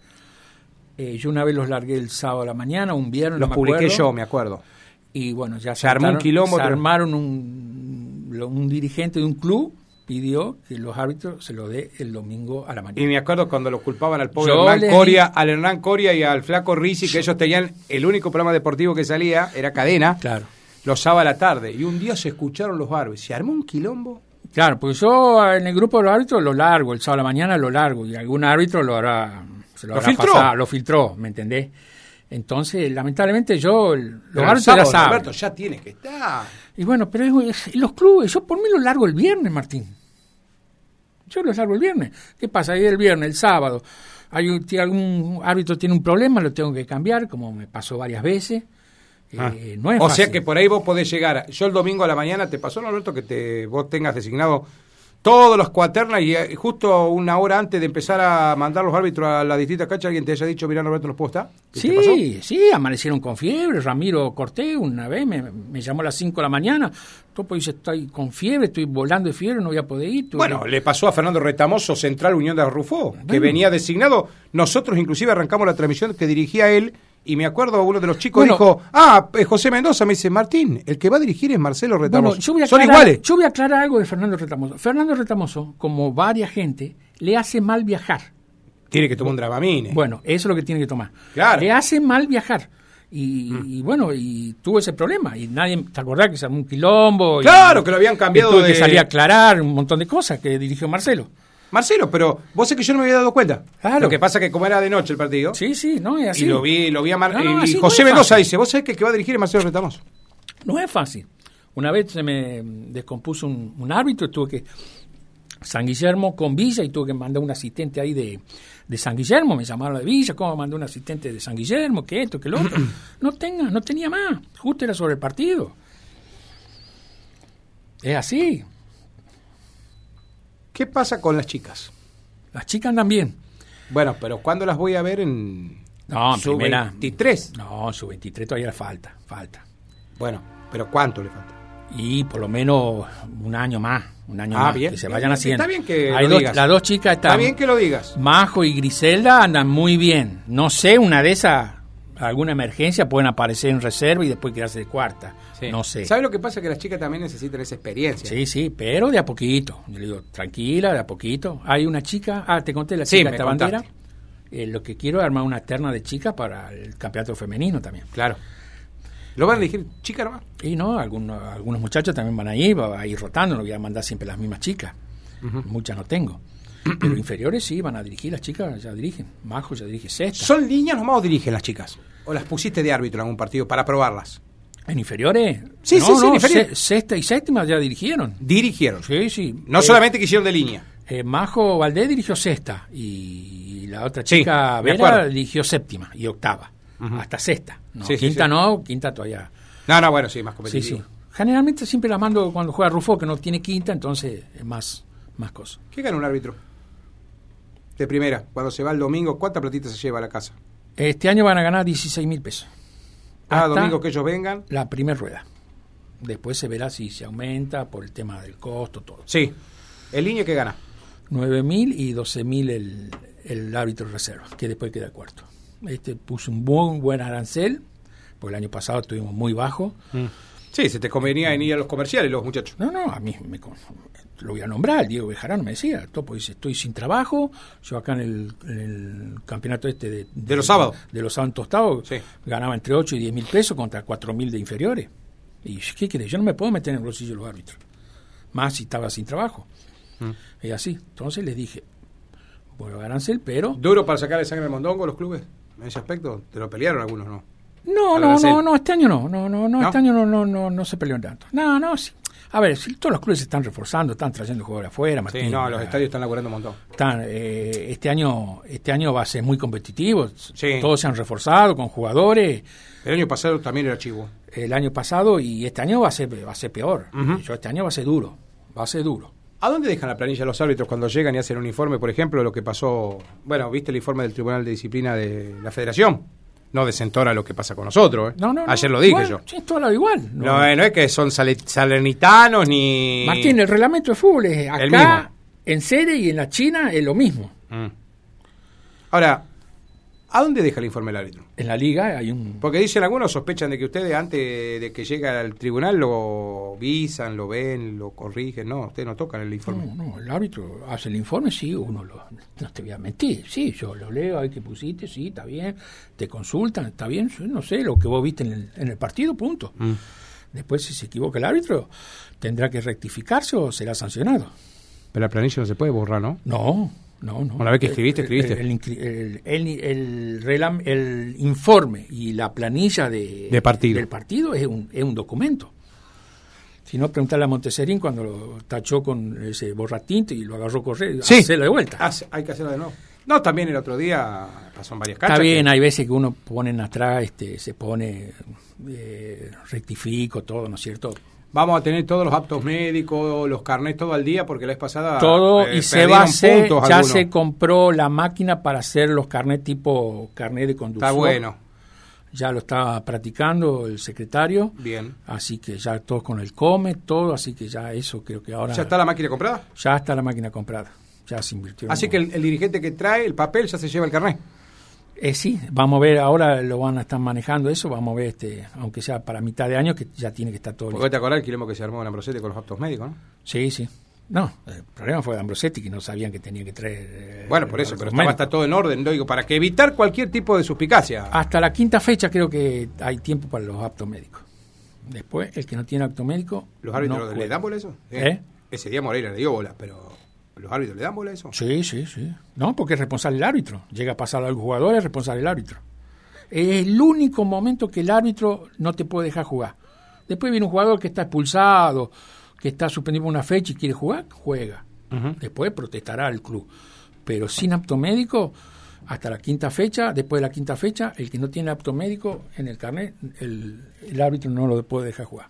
Eh, yo una vez los largué el sábado a la mañana, un viernes.
Los
no me
publiqué
acuerdo.
yo, me acuerdo.
Y bueno, ya
Se armó un
juntaron-
quilombo,
Se
pero-
armaron un, lo- un dirigente de un club, pidió que los árbitros se lo dé el domingo a la
Y
mañana.
me acuerdo cuando los culpaban al pobre
Yo
Hernán
les
Coria, al Hernán Coria y al flaco Rizzi, que ellos tenían el único programa deportivo que salía, era cadena,
Claro.
los sábados a la tarde. Y un día se escucharon los árbitros. Se armó un quilombo.
Claro, porque yo eh, en el grupo de los árbitros lo largo, el sábado a la mañana lo largo, y algún árbitro lo hará, se lo,
¿Lo
habrá
filtró?
pasado, lo filtró, ¿me entendés? Entonces, lamentablemente yo, el- los
Pero el
árbitros ya
sábado, Ah.
saben.
Alberto, ya tiene que estar.
Y bueno, pero es- es- los clubes, yo por mí lo largo el viernes, Martín. Yo lo largo el viernes. ¿Qué pasa? Ahí el viernes, el sábado, hay un, tiene algún árbitro tiene un problema, lo tengo que cambiar, como me pasó varias veces. Eh, no es
Ah. o
fácil.
sea que por ahí vos podés llegar. Yo el domingo a la mañana te pasó, ¿no, Alberto, que te, vos tengas designado todos los cuaternas y eh, justo una hora antes de empezar a mandar los árbitros a la distinta cancha alguien te haya dicho, mirá, Alberto, los puedo estar. ¿Y te pasó?
Sí, sí, amanecieron con fiebre. Ramiro Cortés una vez me, me llamó a las 5 de la mañana. Topo dice, estoy con fiebre, estoy volando de fiebre, no voy a poder ir. Tuve
Bueno, le pasó a Fernando Retamoso, Central Unión de Rufó, que
Bueno.
venía designado. Nosotros inclusive arrancamos la transmisión que dirigía él y me acuerdo uno de los chicos
Bueno.
dijo, ah, eh, José Mendoza, me dice, Martín, el que va a dirigir es Marcelo Retamoso.
Bueno, yo voy, a
Son
aclarar,
iguales.
yo voy a aclarar algo de Fernando Retamoso. Fernando Retamoso, como varias gente, le hace mal viajar.
Tiene que tomar un dramamine.
Bueno, eso es lo que tiene que tomar.
Claro. Mm.
Le hace mal viajar. Y, y bueno, y tuvo ese problema. Y nadie, ¿te acordás que se armó un quilombo? Y-
Claro, que lo habían cambiado
y tuve que
de-
salir a aclarar un montón de cosas que dirigió Marcelo.
Marcelo, pero vos sé que yo no me había dado cuenta.
Claro.
Lo que pasa que como era de noche el partido,
Sí, sí, no es así.
y lo vi, lo vi a Mar-
No, no,
y- y
así no
José
es
Mendoza
fácil.
dice, vos sabés que el que va a dirigir es Marcelo Retamoso.
No es fácil. Una vez se me descompuso un, un árbitro, tuve que San Guillermo con Villa y tuve que mandar un asistente ahí de, de San Guillermo, me llamaron de Villa, ¿cómo mandé un asistente de San Guillermo? Que esto, que lo otro. No tenga, no tenía más, justo era sobre el partido. Es así,
¿Qué pasa con las chicas?
las chicas andan bien.
Bueno, pero ¿cuándo las voy a ver en
No, Ah, en
su
primera.
23?
No, su 23 todavía le falta, falta.
Bueno, pero ¿cuánto le falta?
Y por lo menos un año más, un año
Ah,
más,
bien.
que se
Bien,
vayan
bien,
haciendo.
está bien que
Hay
lo
dos-
digas.
Las dos chicas están...
Está bien que lo digas.
Majo y Griselda andan muy bien. No sé, una de esas, alguna emergencia, pueden aparecer en reserva y después quedarse de cuarta. No sé.
¿Sabes lo que pasa? Que las chicas también necesitan esa experiencia.
Sí, sí, pero de a poquito. Yo le digo, tranquila, de a poquito. Hay una chica, ah, te conté la
Sí,
chica
me
esta
contaste.
bandera. Eh, lo que quiero es armar una terna de chicas para el campeonato femenino también.
Claro. ¿Lo van a elegir chica nomás?
Y no, algunos, algunos muchachos también van a ir, va a ir rotando, no voy a mandar siempre las mismas chicas. Muchas no tengo. Pero inferiores sí, van a dirigir, las chicas ya dirigen. Majo ya dirige sexta.
¿Son líneas nomás o dirigen las chicas? ¿O las pusiste de árbitro en algún partido para probarlas?
¿En inferiores?
Sí, sí,
No,
sí, en
no,
inferiores.
se- sexta y séptima ya dirigieron.
Dirigieron.
Sí, sí.
No
Eh,
solamente que hicieron de línea.
eh, Majo Valdés dirigió sexta y la otra
Sí,
chica,
me
Vera,
acuerdo.
dirigió séptima y octava. Hasta sexta. No,
Sí, sí,
quinta
sí.
no, quinta todavía.
No, no, bueno, sí, más
Sí,
competitivo.
sí. Generalmente siempre la mando cuando juega Rufo, que no tiene quinta, entonces es más, más cosa.
¿Qué gana un árbitro? De primera, cuando se va el domingo, ¿cuánta platita se lleva a la casa?
Este año van a ganar 16 mil pesos.
Cada
Hasta
Ah, domingo que ellos vengan.
La primera rueda. Después se verá si se aumenta por el tema del costo, todo.
Sí. ¿El línea qué gana?
9.000 y 12.000 el, el árbitro de reserva, que después queda cuarto. Este puso un buen, buen arancel, porque el año pasado estuvimos muy bajo.
Sí, se te convenía en ir a los comerciales, los muchachos.
No, no, a mí me, con- lo voy a nombrar, Diego Bejarano me decía, Topo dice, estoy sin trabajo, yo acá en el, en el campeonato este de,
De los sábados.
De los sábados tostados,
Sí.
ganaba entre 8 y 10 mil pesos contra 4 mil de inferiores. Y yo, ¿qué querés? Yo no me puedo meter en el bolsillo de los árbitros, más si estaba sin trabajo.
Mm.
Y así, entonces les dije, bueno, arancel, pero...
¿Duro para sacar el sangre al mondongo los clubes? En ese aspecto, te lo pelearon algunos, ¿no?
No,
Al
no,
arancel.
no, no, este año no, no, no, no,
¿No?
este año no, no, no, no se peleó tanto. No, no, sí. A ver, si todos los clubes se están reforzando, están trayendo jugadores afuera, Martín.
Sí, no, los
ah,
estadios están laburando un montón.
están, eh, este, año, este año va a ser muy competitivo.
Sí.
Todos se han reforzado con jugadores
El año pasado también era chivo.
el año pasado y este año va a ser, va a ser peor.
Ujú.
Yo, este año va a ser duro. Va a ser duro.
¿A dónde dejan la planilla los árbitros cuando llegan y hacen un informe? Por ejemplo, lo que pasó, bueno, viste el informe del Tribunal de Disciplina de la Federación. No desentora lo que pasa con nosotros. ¿eh?
No, no, no.
Ayer lo dije
Igual,
yo.
sí, es todo lo igual.
No, eh, no es que son sale- salernitanos ni...
Martín, el reglamento de fútbol es acá,
El mismo.
en serie y en la China es lo mismo.
Mm. Ahora, ¿a dónde deja el informe el árbitro?
En la liga hay un...
Porque dicen algunos, sospechan de que ustedes antes de que llega al tribunal lo visan, lo ven, lo corrigen. No, ustedes no tocan el informe.
No, no, el árbitro hace el informe, sí, uno lo... No te voy a mentir, sí, yo lo leo, hay que pusiste, sí, está bien, te consultan, está bien, sí, no sé, lo que vos viste en el, en el partido, punto.
Mm.
Después, si se equivoca el árbitro, tendrá que rectificarse o será sancionado.
Pero la planilla no se puede borrar, ¿no?
No, no, no.
Una vez que escribiste,
El-
escribiste.
El, el- el- el relam- el informe y la planilla de,
De partido.
del partido es un, es un documento. Si no, preguntarle a Monteserín cuando lo tachó con ese borratinto y lo agarró correr,
Ah, Sí.
hacerlo de vuelta.
Hace- hay que hacerlo de nuevo. No, también el otro día pasó en varias canchas.
Está bien,
que-
hay veces que uno ponen atrás, este, se pone, eh, rectifico todo, ¿no es cierto?
Vamos a tener todos los aptos médicos, los carnets, todo al día, porque la vez pasada.
todo
eh,
y se
perdieron
va a hacer,
puntos
ya
algunos.
se compró la máquina para hacer los carnet tipo carnet de conducción.
Está bueno,
Ya lo está practicando el secretario,
bien.
así que ya todos con el come, todo, así que ya eso creo que ahora
¿Ya está la máquina comprada?
ya está la máquina comprada, ya se invirtió.
Así que el, el dirigente que trae el papel ya se lleva el carnet.
Eh, sí, vamos a ver, ahora lo van a estar manejando eso, vamos a ver, este, aunque sea para mitad de año, que ya tiene que estar todo
Porque
listo.
te acordás el quilombo que se armó en Ambrosete con los aptos médicos, ¿no?
Sí, sí. No, el problema fue de Ambrosetti, que no sabían que tenía que traer... eh,
Bueno, por eso,
los
pero
documentos.
estaba hasta todo en orden, lo digo, para que evitar cualquier tipo de suspicacia.
Hasta la quinta fecha creo que hay tiempo para los aptos médicos. Después, el que no tiene apto médico.
¿Los árbitros
no
le
juega.
dan bola a eso? Sí.
¿Eh?
Ese día Moreira le dio bola, pero ¿los árbitros le dan bola a eso?
Sí, sí, sí. No, porque es responsable el árbitro. Llega a pasar al jugador, es responsable el árbitro. Es el único momento que el árbitro no te puede dejar jugar. Después viene un jugador que está expulsado, que está suspendido por una fecha y quiere jugar, juega. Después protestará el club. Pero sin apto médico, hasta la quinta fecha, después de la quinta fecha, el que no tiene apto médico en el carnet, el, el árbitro no lo puede dejar jugar.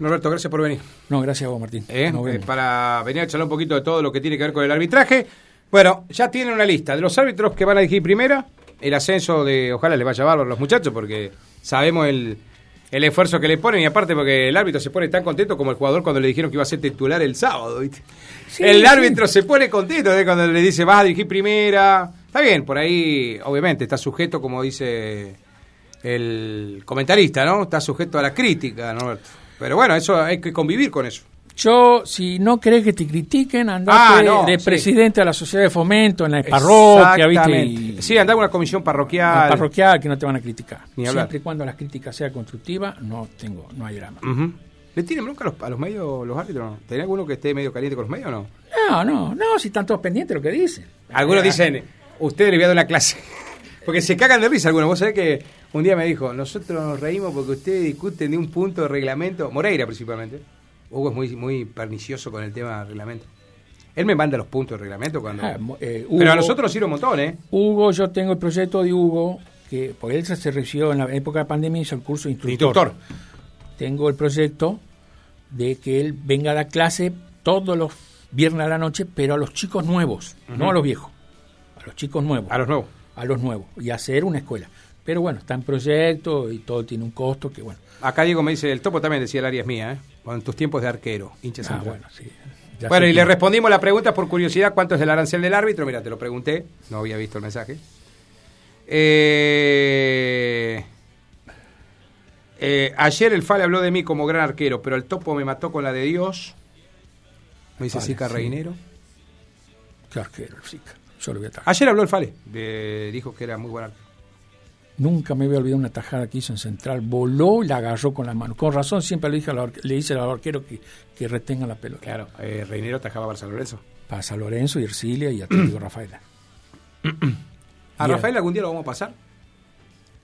Norberto, gracias por venir.
No, gracias a vos, Martín.
¿eh?
Nos
Eh,
vemos.
para venir a charlar un poquito de todo lo que tiene que ver con el arbitraje. Bueno, ya tienen una lista de los árbitros que van a dirigir primera, el ascenso de, ojalá les vaya bárbaro a los muchachos, porque sabemos el, el esfuerzo que le ponen, y aparte porque el árbitro se pone tan contento como el jugador cuando le dijeron que iba a ser titular el sábado, ¿viste?
Sí,
el
sí.
árbitro se pone contento ¿eh? cuando le dice, vas a dirigir primera. Está bien, por ahí, obviamente, está sujeto, como dice el comentarista, ¿no? Está sujeto a la crítica, Norberto. Pero bueno, eso hay que convivir con eso.
Yo, si no querés que te critiquen, andate
Ah, no,
de
sí.
presidente a la sociedad de fomento, en la parroquia, ¿viste?
Exactamente.
Y-
Sí, andaba una comisión parroquial.
la parroquial, que no te van a criticar.
Ni hablar.
Siempre y cuando las críticas sean constructivas, no tengo, no hay drama.
Ujú. ¿Le tienen bronca a los, a los medios, los árbitros? no? ¿Tenía alguno que esté medio caliente con los medios o no?
No, no, no, si están todos pendientes de lo que dicen.
Algunos
Ah,
dicen, usted le voy a dar una clase. Porque se cagan de risa algunos. Vos sabés que un día me dijo, nosotros nos reímos porque ustedes discuten de un punto de reglamento. Moreira principalmente. Hugo es muy, muy pernicioso con el tema del reglamento. Él me manda los puntos de reglamento cuando...
ah, mo- eh,
Pero a
Hugo-
nosotros nos sirve un montón, ¿eh?
Hugo, yo tengo el proyecto de Hugo, que por él se- se recibió en la época de pandemia, hizo el curso de
Instructor.
tengo el proyecto de que él venga a dar clase todos los viernes a la noche, pero a los chicos nuevos, no a los viejos, a los chicos nuevos,
A los nuevos.
a los nuevos, y hacer una escuela. Pero bueno, está en proyecto y todo tiene un costo que bueno.
Acá Diego me dice, el topo también decía el área es mía, ¿eh? Con tus tiempos de arquero, hincha
Ah,
central.
bueno, sí. Ya
Bueno,
sé
y
que-
le respondimos la pregunta por curiosidad, ¿cuánto es el arancel del árbitro? Mira, te lo pregunté, no había visto el mensaje. Eh, eh, ayer el Fale habló de mí como gran arquero, pero el topo me mató con la de Dios. Me dice
Fale,
Sica
sí.
Reinero.
Qué arquero, el Zika. Yo lo voy a atajar.
Ayer habló el Fale, de- dijo que era muy buen arquero. Ah.
Nunca me voy a olvidar una tajada que hizo en Central. Voló y la agarró con la mano. Con razón siempre le dije al arque- le dice al arquero que, que retenga la pelota.
Claro, eh, Reinero tajaba a Barça Lorenzo.
Pasa Lorenzo y Ercilia y Atlético Rafaela.
A
Bien.
Rafael algún día lo vamos a pasar.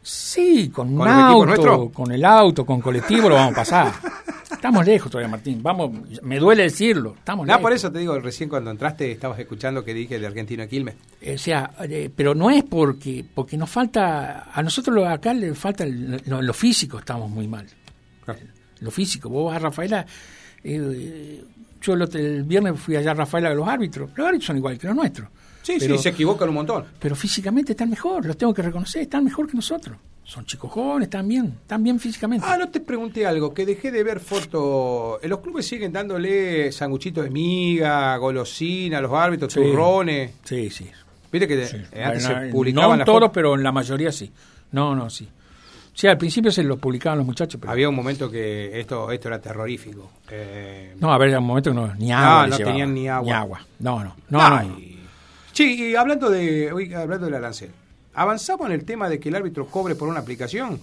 Sí, con, un
¿Con el equipo
auto,
nuestro?
con el auto, con colectivo lo vamos a pasar. Estamos lejos todavía, Martín. Vamos, me duele decirlo. Estamos
No,
lejos.
por eso te digo, recién cuando entraste estabas escuchando que dije de Argentino a Quilmes.
O sea, eh, pero no es porque porque nos falta a nosotros lo- acá le falta el- lo, lo físico, estamos muy mal.
Claro.
Lo físico. Vos a Rafaela eh, yo el, otro- el viernes fui allá a Rafaela de los árbitros. Los árbitros son igual que los nuestros.
Sí,
Pero-
sí, se equivocan un montón.
pero físicamente están mejor, los tengo que reconocer, están mejor que nosotros. Son chicos jóvenes, están bien, están bien físicamente.
Ah, no te pregunté algo, que dejé de ver fotos. En los clubes siguen dándole sanguchitos de miga, golosina, a los árbitros,
Sí.
turrones.
Sí, sí.
Viste que
sí.
eh, antes
Bueno,
se
no
publicaban
en
las
todos,
fotos.
pero en la mayoría sí. No, no, sí. Sí, al principio se los publicaban los muchachos, pero...
Había un momento que esto, esto era terrorífico. Eh,
No, a ver, un momento que no, ni
Ah,
agua. le
no
llevaban,
tenían ni agua.
Ni agua. No, no. No,
nah,
no.
y- Sí, y hablando de, hoy hablando del arancel, ¿avanzamos en el tema de que el árbitro cobre por una aplicación?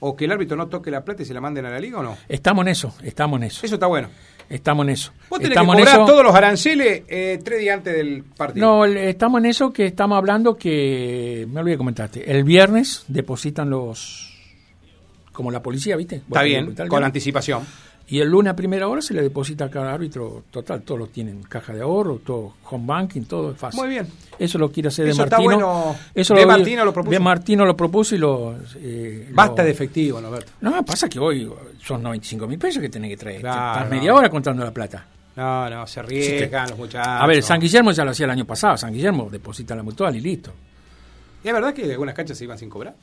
¿O que el árbitro no toque la plata y se la manden a la liga o no?
Estamos en eso, estamos en eso.
Eso está bueno.
Estamos en eso.
Vos tenés
estamos
que
en
cobrar
eso.
todos los aranceles eh, tres días antes del partido.
No, el- estamos en eso que estamos hablando que me olvidé comentarte. El viernes depositan los como la policía, ¿viste?
está
Bueno,
bien,
depositar el
con
viernes.
anticipación.
Y el lunes a primera hora se le deposita a cada árbitro, total, todos lo tienen caja de ahorro, todo home banking, todo es fácil.
Muy bien.
Eso lo quiere hacer de
Eso está
Martino.
bueno. De Martino lo propuso.
De Martino lo propuso y lo eh,
Basta
lo-
de efectivo, Norberto.
No, pasa que hoy son 95 mil pesos que tenés que traer.
Claro,
Estás
no.
media hora contando la plata.
No, no, se arriesgan los muchachos.
A ver, San Guillermo ya lo hacía el año pasado. San Guillermo deposita la mutual y listo.
¿Es verdad que algunas canchas se iban sin cobrar?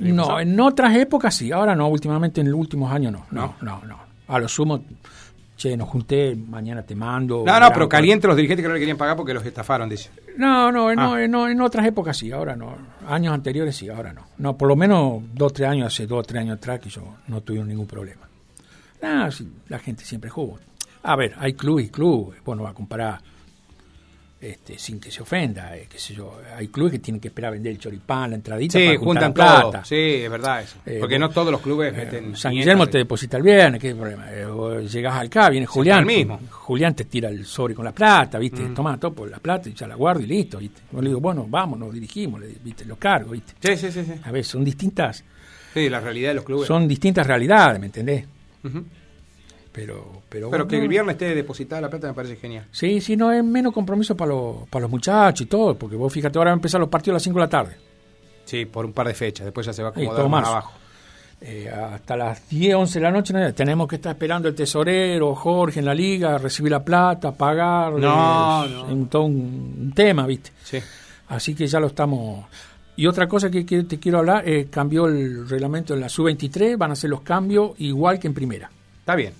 año
No,
pasado?
en otras épocas sí. Ahora no, últimamente en los últimos años no. No, no, no. A lo sumo, che, nos junté, mañana te
No,
mando.
no,
mirá,
pero caliente los dirigentes que no le querían pagar porque los estafaron, dice.
No, no, en- no,
Ah.
en- no, en otras épocas sí, ahora no. Años anteriores sí, ahora no. No, por lo menos dos, tres años, hace dos, tres años atrás que yo no tuve ningún problema. Nada, sí, la gente siempre jugó. A ver, hay club y club, vos no vas a comparar este, sin que se ofenda, eh, qué sé yo. Hay clubes que tienen que esperar a vender el choripán, la entradita
Sí,
para juntar
juntan
la plata.
todo. Sí, es verdad eso.
Eh,
porque
vos-
no todos los clubes
Eh,
meten. 500,
San Guillermo te
sí.
deposita el viernes, ¿qué problema? Eh, vos llegás acá, viene Julián. pues,
está el mismo. Mm.
Julián te tira el sobre con la plata, ¿viste? Toma todo por la plata y ya la guardo y listo, ¿viste? Yo le digo, bueno, vamos, nos dirigimos, le- ¿viste? Lo cargo, ¿viste?
Sí, sí, sí, sí.
A ver, son distintas,
Sí, la realidad de los clubes.
son distintas realidades, ¿me entendés?
Ujú.
Pero, pero,
Pero que
bueno,
el viernes esté depositada la plata me parece genial.
Sí, sí, no es menos compromiso para los, para los muchachos y todo, porque vos fíjate, ahora van a empezar los partidos a las 5 de la tarde.
Sí, por un par de fechas. Después ya se va a
Ahí,
acomodar
todo
más
marzo.
abajo.
Eh, hasta las 10, 11 de la noche ¿no? tenemos que estar esperando el tesorero, Jorge en la liga, recibir la plata, pagar,
No,
eh,
no.
en todo un, un tema, ¿viste?
Sí.
Así que ya lo estamos. Y otra cosa que, que te quiero hablar, eh, cambió el reglamento en la sub-23, van a hacer los cambios igual que en primera.
Está bien.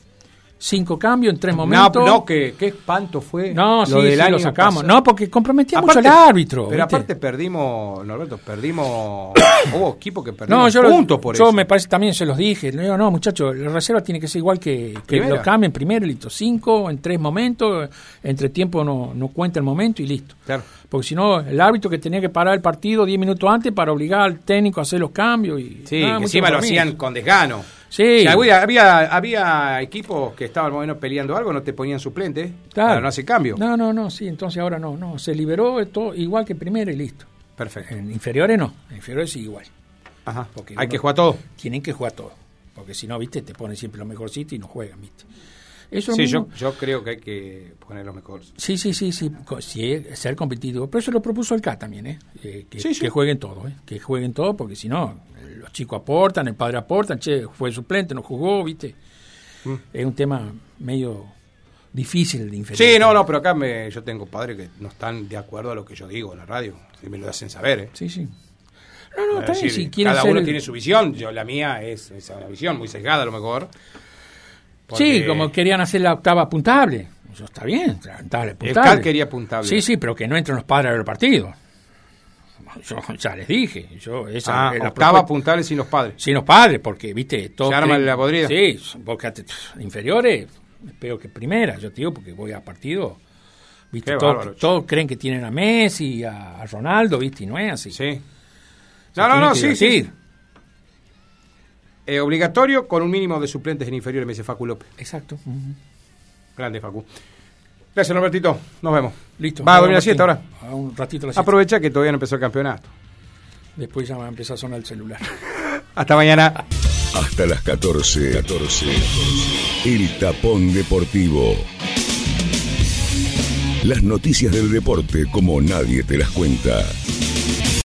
Cinco cambios en tres
No,
momentos.
no, que, qué espanto fue.
No,
lo
sí,
del
sí,
año
lo sacamos.
pasado.
No, porque comprometía mucho al
Aparte-
árbitro.
Pero
¿viste?
aparte perdimos, Norberto, perdimos. hubo equipos que perdieron
No, yo, lo-
puntos por
yo
eso.
me parece también se los dije. Le digo, no, muchachos, la reserva tiene que ser igual que, que
Primera.
lo cambien primero, listo. Cinco, en tres momentos, entre tiempo no, no cuenta el momento y listo.
Claro.
Porque si no, el árbitro que tenía que parar el partido diez minutos antes para obligar al técnico a hacer los cambios. Y,
Sí, que
no, Ah, mucho
encima lo
compromiso.
hacían con desgano.
Sí.
Si había, había, había equipos que estaban más o menos peleando algo, no te ponían suplente
Claro.
para no hacer cambio.
No, no, no, sí, entonces ahora no, no. Se liberó esto igual que primero y listo.
Perfecto.
En inferiores no, en inferiores sí igual.
Ajá.
Porque
Hay
uno-
que jugar todo.
Tienen que jugar todo. Porque si no, viste, te ponen siempre lo mejorcito y no juegan, viste. Eso
Sí,
mismo-
yo, yo creo que hay que poner lo mejor.
Sí, sí, sí, sí, co- sí, eh, ser competitivo. Pero eso lo propuso el CA también, ¿eh? Eh, que,
Sí, sí.
que jueguen todo, ¿eh? Que jueguen todo, porque si no, eh, los chicos aportan, el padre aporta, che, fue suplente, no jugó, ¿viste?
Mm.
Es un tema medio difícil de inferir.
Sí, no, no, pero acá me, yo tengo padres que no están de acuerdo a lo que yo digo en la radio. Si me lo hacen saber, ¿eh?
Sí, sí. No, no,
Es
está bien,
decir, eh,
si quieren
cada
ser
uno
el-
tiene su visión. Yo, la mía es, es una visión muy sesgada, a lo mejor.
Sí,
Porque-
como querían hacer la octava puntable. Eso está bien, la octava puntable.
CAD quería puntable.
Sí, sí, pero que no entren los padres del partido. Yo ya les dije. Yo, esa
Ah,
es la
octava
propuesta.
puntales sin los padres.
Sí, los padres, porque, viste, todo.
Se arma la podrida.
Sí, porque at- inferiores, espero que primera, yo te digo, porque voy a partido. Viste,
Qué
todo-
bárbaro,
todos creen que tienen a Messi, a, a Ronaldo, viste, y no es así.
Sí.
Se
No, no,
tienen
no,
que
sí, sí,
divertir.
sí. Eh, obligatorio con un mínimo de suplentes en inferiores, me dice Facu López.
Exacto. ujú.
Grande, Facu. Gracias, Norbertito. Nos vemos.
Listo.
Va a
Nos
dormir la
vemos,
siesta ahora.
Martín. A un ratito la siesta.
Aprovecha que todavía no empezó el campeonato.
Después ya va a empezar a sonar el celular.
Hasta mañana.
Hasta las 14. 14. El tapón deportivo. Las noticias del deporte como nadie te las cuenta.